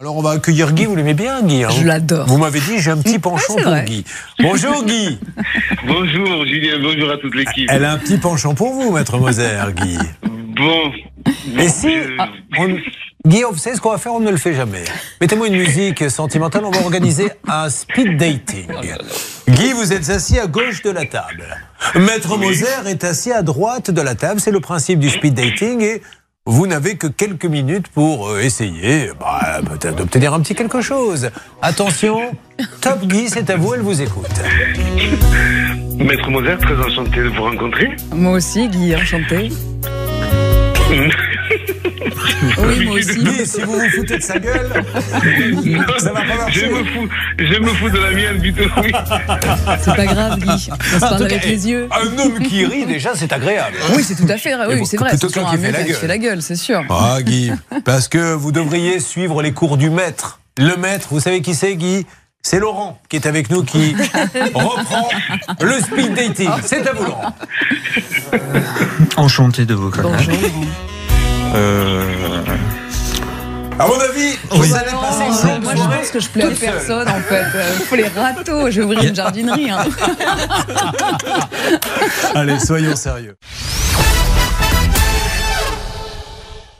Alors on va accueillir Guy, vous l'aimez bien Guy hein Je l'adore. Ah, Vous m'avez dit j'ai un petit penchant c'est pour vrai. Guy. Bonjour Guy Bonjour Julien, bonjour à toute l'équipe. Elle a un petit penchant pour vous, Maître Moser, Guy. Bon. euh, Et Bon, si ah, je- on- Guy, vous savez ce qu'on va faire On ne le fait jamais. Mettez-moi une musique sentimentale, on va organiser un speed dating. Oh Guy, vous êtes assis à gauche de la table. Maître Moser est assis à droite de la table. C'est le principe du speed dating et vous n'avez que quelques minutes pour euh, essayer bah, peut-être d'obtenir un petit quelque chose. Attention, Top Guy, c'est à vous, elle vous écoute. Maître Moser, très enchanté de vous rencontrer. Moi aussi, Guy, enchanté. Oui, moi aussi. Guy, si vous vous foutez de sa gueule, ça va pas je marcher. me fous, je me fous de la mienne du tout. Oui. C'est pas grave, Guy. On se En parle tout cas, avec eh, ah, les yeux. Un homme qui rit, déjà, c'est agréable. Oui, c'est tout à fait vrai. Mais Oui, bon, c'est vrai. plutôt C'est toujours qu'un un qui fait mec la qui gueule. fait la gueule, c'est sûr. Ah, Guy, parce que vous devriez suivre les cours du maître. Le maître, vous savez qui c'est, Guy C'est Laurent qui est avec nous, qui reprend le speed dating. C'est à vous, Laurent. Enchanté de vous connaître. Bonjour. Euh, À mon avis, vous allez passer une Oh, longue moi, je soirée pense que je plais à toute seule. personne, en fait. Euh, Faut les râteaux. Je vais ouvrir une jardinerie. hein. Allez, soyons sérieux.